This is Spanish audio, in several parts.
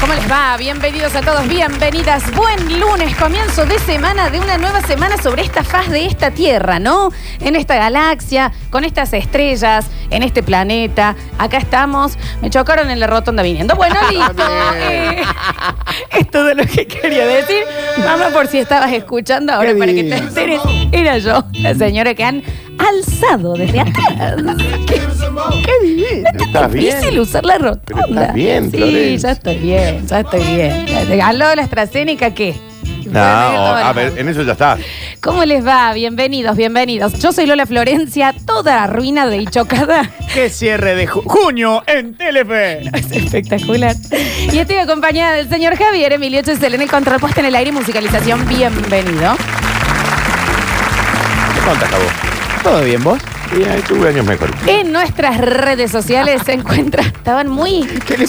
¿Cómo les va? Bienvenidos a todos, bienvenidas. Buen lunes, comienzo de semana, de una nueva semana sobre esta faz de esta Tierra, ¿no? En esta galaxia, con estas estrellas, en este planeta. Acá estamos. Me chocaron en la rotonda viniendo. Bueno, listo. Eh, es todo lo que quería decir. Mamá, por si estabas escuchando ahora, Qué para que te divino. enteres, era yo, la señora que han alzado desde atrás. Qué divino. ¿Estás bien? difícil usar la rotonda. Pero estás bien, Sí, Florencia. ya estoy bien, ya estoy bien. Ganó la AstraZeneca, ¿qué? No, a ver, en eso ya está. ¿Cómo les va? Bienvenidos, bienvenidos. Yo soy Lola Florencia, toda arruinada y chocada. ¡Qué cierre de ju- junio en Telefe! Es espectacular. Y estoy acompañada del señor Javier Emilio Chesel en el contrapuesta en el aire y musicalización. Bienvenido. ¿Qué contás a vos? ¿Todo bien vos? Y ahí tuve años mejores. En nuestras redes sociales se encuentra. Estaban muy.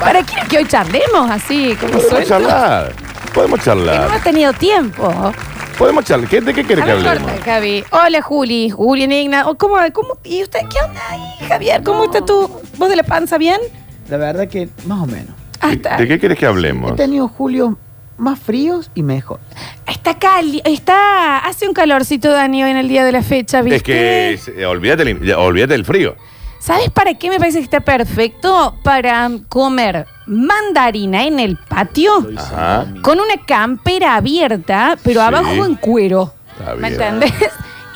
¿Para qué que hoy charlemos así? Como Podemos suelto. charlar. Podemos Que no ha charlar. tenido tiempo. Podemos charlar. ¿Qué- ¿De qué querés A que ver, hablemos? corta, Javi. Hola, Juli. Juli Igna. Oh, ¿Cómo, cómo? ¿Y usted qué onda ahí, Javier? ¿Cómo está tú? ¿Vos de la panza bien? Ah, La verdad que más o menos. Hasta. ¿De qué querés que hablemos? He tenido julios más fríos y mejor. Está cali. Está. Hace un calorcito, Dani, hoy en el día de la fecha, ¿viste? Es que es- eh, olvídate, el- ya, olvídate del frío. ¿Sabes para qué me parece que está perfecto? Para comer mandarina en el patio Ajá. con una campera abierta, pero Sí. abajo en cuero. Está ¿Me bien. entendés?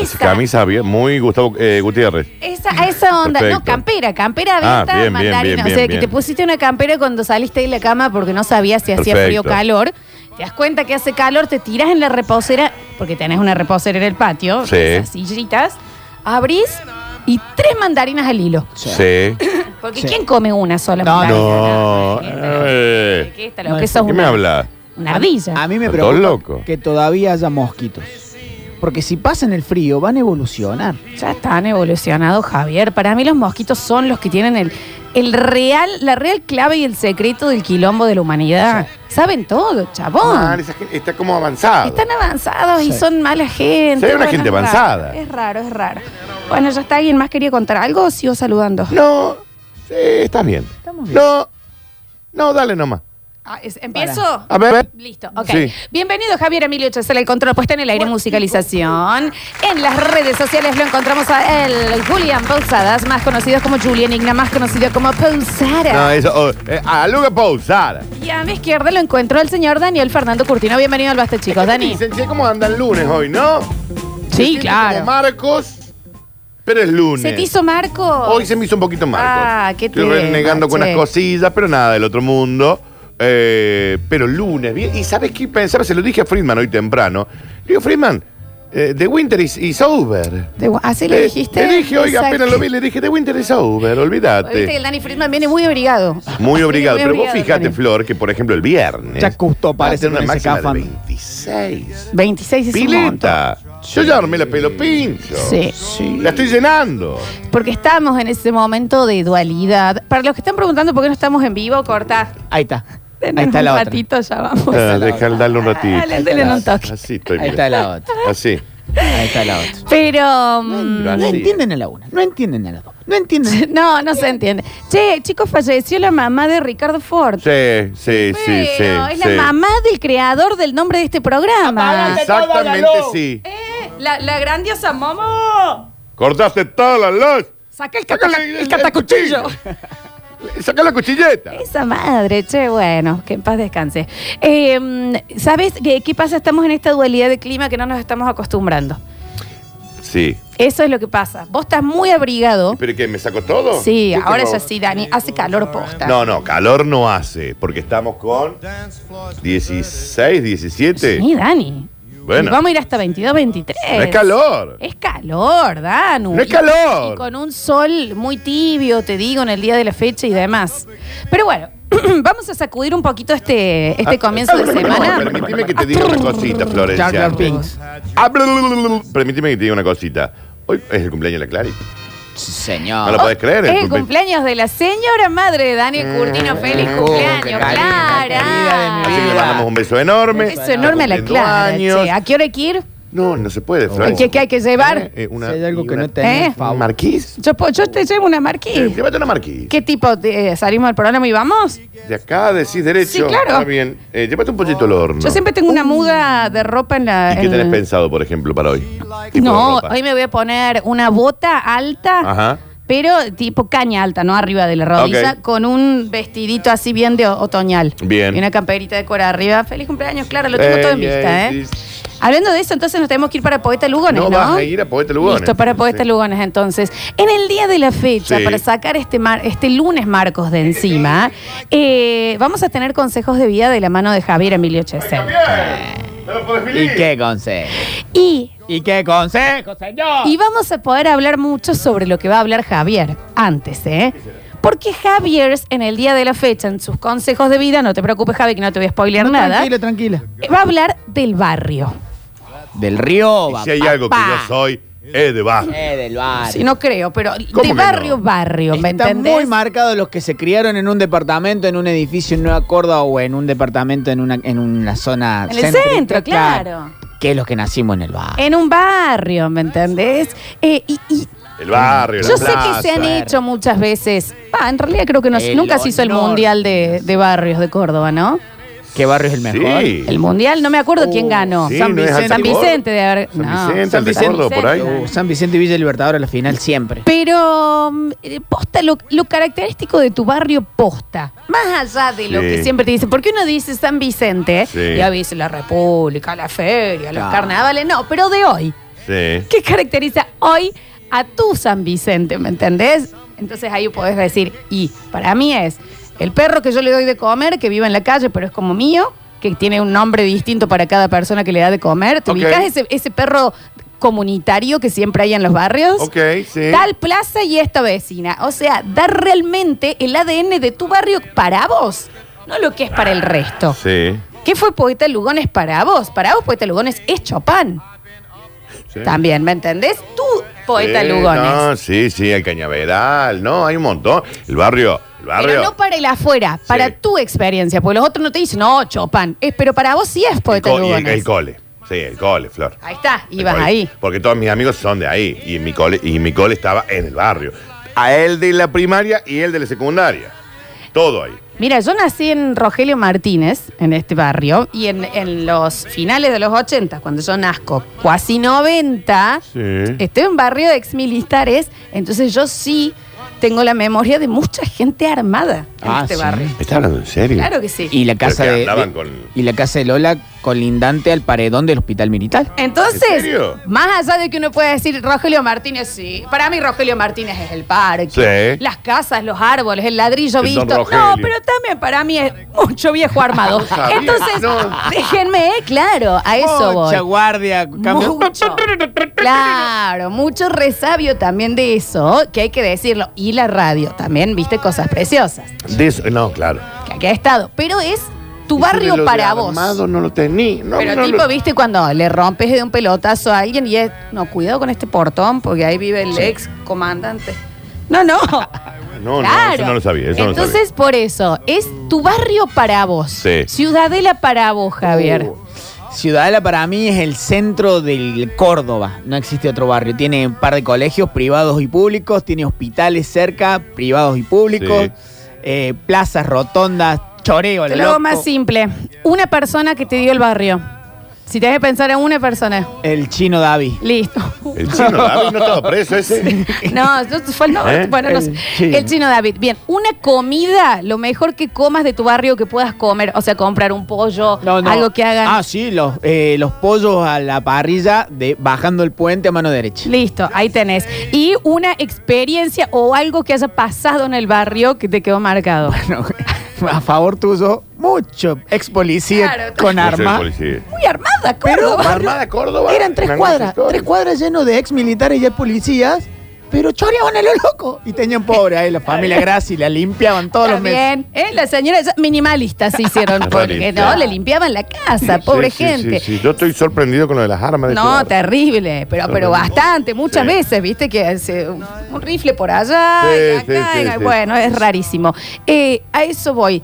Esa, Camisa bien, muy Gustavo eh, Gutiérrez. esa, a esa onda. No, Perfecto. campera, campera Ah, abierta, bien, bien, mandarina. bien, o sea, bien, que bien. te pusiste una campera cuando saliste de la cama porque no sabías si hacía Perfecto. frío o calor. Te das cuenta que hace calor, te tiras en la reposera, porque tenés una reposera en el patio, Sí. esas sillitas, abrís y tres mandarinas al hilo. Sí. Porque Sí. ¿quién come una sola No, mandarina? no. imagínate. Eh. ¿Qué es esto? Lo No que es- sos ¿Qué una- me hablas? Una ardilla. A mí me ¿Estás preocupa todo loco? que todavía haya mosquitos. Porque si pasan el frío, van a evolucionar. Ya están evolucionados, Javier. Para mí los mosquitos son los que tienen el, el real, la real clave y el secreto del quilombo de la humanidad. Saben todo, chabón. Man, Ah, esa gente está como avanzada. Están avanzados y Sí. son mala gente. Sí, hay una gente es raro, avanzada. Es raro, es raro. Bueno, ya está. ¿Alguien más quería contar algo? o Sigo saludando. No. Sí, estás bien. Estamos bien. No. No, dale nomás. Ah, es- ¿Empiezo? A ver. Listo, ok. Sí. Bienvenido Javier Emilio Chacel, el control puesta en el aire musicalización. En las redes sociales lo encontramos a él, Julian Pausadas, más conocido como Julian Igna, más conocido como No, Pausara. eso. oh, eh, a Luca Pausara. Y a mi izquierda lo encuentro al señor Daniel Fernando Curtino. Bienvenido al Basta, chicos. Dani. Dicen, che, ¿cómo andan lunes hoy, no? Se Sí, siente Como claro. Marcos, pero es lunes. ¿Se te hizo Marco? Hoy se me hizo un poquito Marcos. Ah, qué Estoy tema, renegando con che. unas cosillas, pero nada del otro mundo. Eh, pero lunes, bien. ¿Y sabes qué pensaba? Se lo dije a Friedman hoy temprano. Le digo, Friedman, eh, The Winter is, is over. De- ¿Así le dijiste? Le Eh, dije, oiga, Exacto. apenas lo vi, le dije, The Winter is over, Viste que olvídate. el Dani Friedman viene muy abrigado. Muy obligado. Muy pero vos obligado, fíjate, Daniel. Flor, que por ejemplo el viernes. Ya Cousteau va a parece tener una con ese máxima de cafán. 26. 26 es un montón. Pileta. Yo ya armé la pelo pincho. Sí. La estoy llenando. Porque estamos en ese momento de dualidad. Para los que están preguntando por qué no estamos en vivo, corta. Ahí está. En Ahí está un la otra. ratito ya vamos. Ah, la Deja otra. darle un ratito. Pues Dale, dale un toque. Así estoy. Ahí mira. está la otra. Así. Ahí está la otra. Pero. mm, Pero No así. entienden a la una, no entienden a la dos, no entienden. No, no se entiende. Che, chicos, falleció la mamá de Ricardo Ford. Sí, sí, sí, sí. Pero es la sí. mamá del creador del nombre de este programa. Exactamente sí. Eh, la, la grandiosa Momo. Cortaste toda la luz. Saca el, Saca cata- la- el el catacuchillo. Saca la cuchilleta. Esa madre, che, bueno, que en paz descanse. Eh, ¿Sabes qué, qué pasa? Estamos en esta dualidad de clima que no nos estamos acostumbrando. Sí. Eso es lo que pasa. Vos estás muy abrigado. ¿Pero qué? ¿Me sacó todo? Sí, Yo ahora tengo- ya sí, Dani. Hace calor posta. No, no, calor no hace, porque estamos con 16, 17. Sí, Dani. Bueno. Y vamos a ir hasta 22, 23. No es calor. Es calor, Danu. No es Y- calor. Y con un sol muy tibio, te digo, en el día de la fecha y demás. Pero bueno, vamos a sacudir un poquito este, este Ah, comienzo de semana. Permíteme que te diga una cosita, Florencia. Charlar Pinks. Ah, bla, bla, bla, bla. Permíteme que te diga una cosita. Hoy es el cumpleaños de la Clary. Sí, No Señor. lo podés creer. Oh, Es el el cumple- cumpleaños de la señora madre de Daniel Curtino. Feliz Oh, qué cumpleaños, cariño, qué querida de mi Así que le vida. Clara. mandamos un beso enorme. Ah, Beso enorme a la Está Clara. cumpliendo años. che. ¿A qué hora hay que ir? No, no se puede, Fran. ¿Qué- qué hay que llevar? Eh, eh, una- Si hay algo y que una- no tenés, ¿Eh? ¿Un favor. marquís? Yo, po- yo te llevo una marquilla. Eh, llévate una marquís. ¿Qué tipo? de- eh, ¿Salimos del programa y vamos? De acá decís derecho. Sí, claro. Ahora bien, eh, llévate un pollito al horno. Yo siempre tengo una muda de ropa en la. Uh. ¿Y qué en- tenés pensado, por ejemplo, para hoy? Tipo No, de ropa. hoy me voy a poner una bota alta. Ajá. Pero tipo caña alta, ¿no? Arriba de la rodilla, Ok. con un vestidito así bien de o- otoñal. Bien. Y una camperita de cuero arriba. Feliz cumpleaños, claro, lo tengo Ey, todo en ey, vista, ¿eh? sí. Hablando de eso, entonces nos tenemos que ir para Poeta Lugones, ¿no? No vas a ir a Poeta Lugones. Listo, para Poeta Sí. Lugones, entonces. En el día de la fecha, Sí. para sacar este, mar- este lunes Marcos de encima, eh, vamos a tener consejos de vida de la mano de Javier Emilio Chesel. ¡Me lo podés ¿Y filir! qué consejo? Y, ¿Y qué consejo, señor? y vamos a poder hablar mucho sobre lo que va a hablar Javier antes, ¿eh? Porque Javier, en el día de la fecha, en sus consejos de vida, no te preocupes, Javi, que no te voy a spoilear No, nada, eh, Tranquila, tranquila. va a hablar del barrio. Del río, Si hay algo que yo soy, es de bajo. Eh, del barrio. Si no creo, pero ¿Cómo de que barrio, no? barrio, ¿me Están entendés? muy marcados los que se criaron en un departamento, en un edificio en Nueva Córdoba o en un departamento en una, en una zona En el céntrica, centro, claro. Que los que nacimos en el barrio. En un barrio, ¿me entendés? Eh, y, y El barrio, yo la sé plaza. que se han hecho muchas veces. Ah, en realidad creo que no, El nunca se hizo el honor. mundial de, de barrios de Córdoba, ¿no? ¿Qué barrio es el mejor? Sí. Uh, El mundial, no me acuerdo quién ganó. sí, San no es Vicente. San Anticor- Vicente de haber. San no, Vicente, San el de Vicente. Córdoba, por ahí. Vicente. Uh, San Vicente y Villa Libertador a la final siempre. Pero, mm, eh, posta, lo, lo característico de tu barrio posta, más allá de lo Sí. que siempre te dicen, porque uno dice San Vicente, Sí. ya dice la República, la feria, los Claro. carnavales, no, pero de hoy. Sí. ¿Qué caracteriza hoy a tu San Vicente? ¿Me entendés? Entonces ahí podés decir, y para mí es el perro que yo le doy de comer, que vive en la calle, pero es como mío, que tiene un nombre distinto para cada persona que le da de comer. ¿Te Ok. ubicás ese, ese perro comunitario que siempre hay en los barrios? Ok, sí. Tal plaza y esta vecina. O sea, dar realmente el ADN de tu barrio para vos, no lo que es para el resto. Ah, Sí. ¿Qué fue Poeta Lugones para vos? Para vos Poeta Lugones es Chopin. sí. También, ¿me entendés? Tú, poeta Sí, Lugones. No, sí, sí, el Cañaveral, no, hay un montón. El barrio, el barrio. pero no para el afuera, para Sí. tu experiencia, porque los otros no te dicen, no, Chopin. Es, pero para vos sí es el, poeta co- y el, Lugones. el cole. Sí, el cole, Flor. ahí está, El y vas cole. ahí. Porque todos mis amigos son de ahí. Y mi cole, y mi cole estaba en el barrio. A él de la primaria y él de la secundaria. Todo ahí. Mira, yo nací en Rogelio Martínez, en este barrio, y en, en los finales de los 80, cuando yo nazco, casi 90, Sí. estoy en barrio de exmilitares, entonces yo sí tengo la memoria de mucha gente armada en Ah, este sí. barrio. ¿Me está hablando en serio? Claro que sí. Y la Pero casa que de, andaban de- con- y la casa de Lola colindante al paredón del hospital militar. Entonces, ¿En serio? más allá de que uno pueda decir Rogelio Martínez, sí. Para mí Rogelio Martínez es el parque, Sí. las casas, los árboles, el ladrillo El visto. don No, Rogelio. pero también para mí es mucho viejo armado. sabía, Entonces, no. Oh, déjenme, eh, claro, a eso Mucha voy. guardia, cambio- Mucho. Claro, mucho resabio también de eso, que hay que decirlo. Y la radio también, viste, cosas preciosas, De eso- no, claro. que aquí ha estado. Pero es tu Yo de barrio lo para de vos. armado no lo tenía. No, Pero no tipo, lo- viste, cuando le rompes de un pelotazo a alguien y es, no, cuidado con este portón, porque ahí vive el ex comandante. No, no. No, no, claro. eso no lo sabía. Eso Entonces, no lo sabía. por eso, es tu barrio para vos. Sí. Ciudadela para vos, Javier. Ciudadela para mí es el centro del Córdoba. No existe otro barrio. Tiene un par de colegios privados y públicos, tiene hospitales cerca, privados y públicos, Sí. eh, plazas, rotondas, choreo. Te lo lo hago loco. más simple. Una persona que te dio el barrio. Si te que pensar en una persona, El chino David. listo. El chino David no estaba preso ese. No, no, fue el nombre. ¿Eh? Bueno, no sé. El el, chino. chino. David. Bien, una comida, lo mejor que comas de tu barrio que puedas comer. O sea, comprar un pollo, No, no. algo que hagan. Ah, sí, los, eh, los pollos a la parrilla de bajando el puente a mano derecha. Listo, ahí tenés. Y una experiencia o algo que haya pasado en el barrio que te quedó marcado. No, a favor tuyo, mucho ex policía Claro. con Yo soy arma. policía. Muy armada, Córdoba. Armada Córdoba. Eran tres Una cuadras, cosa tres cuadras llenos de ex militares y ex policías, pero choreaban a lo loco. Y tenían pobre ahí, la familia Graci, la limpiaban todos Está los meses. bien. ¿eh? Las señoras minimalistas se hicieron porque Minimalista. no, le limpiaban la casa, Sí, pobre sí, gente. Sí, sí, Yo estoy sorprendido con lo de las armas. De este No, barrio. terrible, pero, pero Terrible. bastante, muchas Sí. veces, viste, que se- un un rifle por allá, Sí, y sí, acá, sí, y- sí. bueno, es rarísimo. Eh, a eso voy.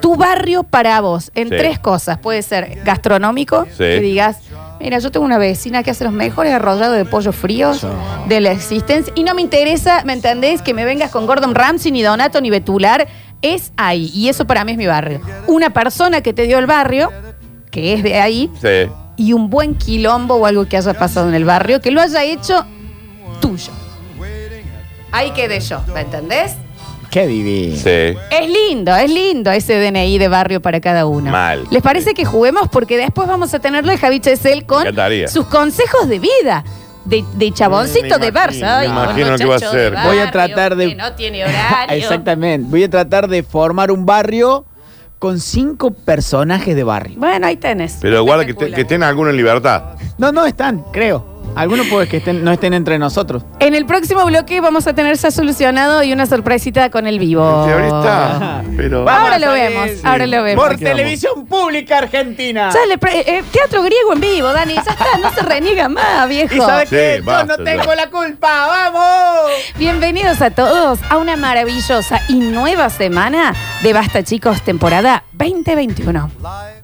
Tu barrio para vos, en Sí. tres cosas, puede ser gastronómico, Sí. que digas, "Mira, Mira, yo tengo una vecina que hace los mejores arrollados de pollo fríos de la existencia. Y no me interesa, ¿me entendés? Que me vengas con Gordon Ramsay, ni Donato, ni Betular. Es ahí. Y eso para mí es mi barrio. Una persona que te dio el barrio, que es de ahí, Sí. y un buen quilombo o algo que haya pasado en el barrio, que lo haya hecho tuyo. Ahí quedé yo, ¿me entendés? Qué divino. Sí. Es lindo, es lindo ese DNI de barrio para cada uno. Mal. ¿Les parece que juguemos? Porque después vamos a tenerlo de Javi Chesel con Me encantaría. sus consejos de vida. De, de chaboncito Mm, me de Barça. imagino, me Ay, un imagino que va a muchacho de ser. barrio Voy a tratar de- que no tiene horario. Ah, Exactamente. Voy a tratar de formar un barrio con cinco personajes de barrio. Bueno, ahí tenés. Pero guarda que, te- Espectacular. que estén algunos en libertad. No, no están, creo. Algunos puede que estén, no estén entre nosotros. En el próximo bloque vamos a tener ya solucionado y una sorpresita con el vivo. Oh. En teoría está, Pero. Vamos Ahora a lo salir, vemos, sí. ahora lo vemos. Por televisión pública argentina. Ya le pre- eh, eh, teatro griego en vivo, Dani. Ya está, no se reniega más, viejo. ¿Y sabes Sí, qué? Yo basta, no ya. tengo la culpa. ¡Vamos! Bienvenidos a todos a una maravillosa y nueva semana de Basta Chicos, temporada 2021. Life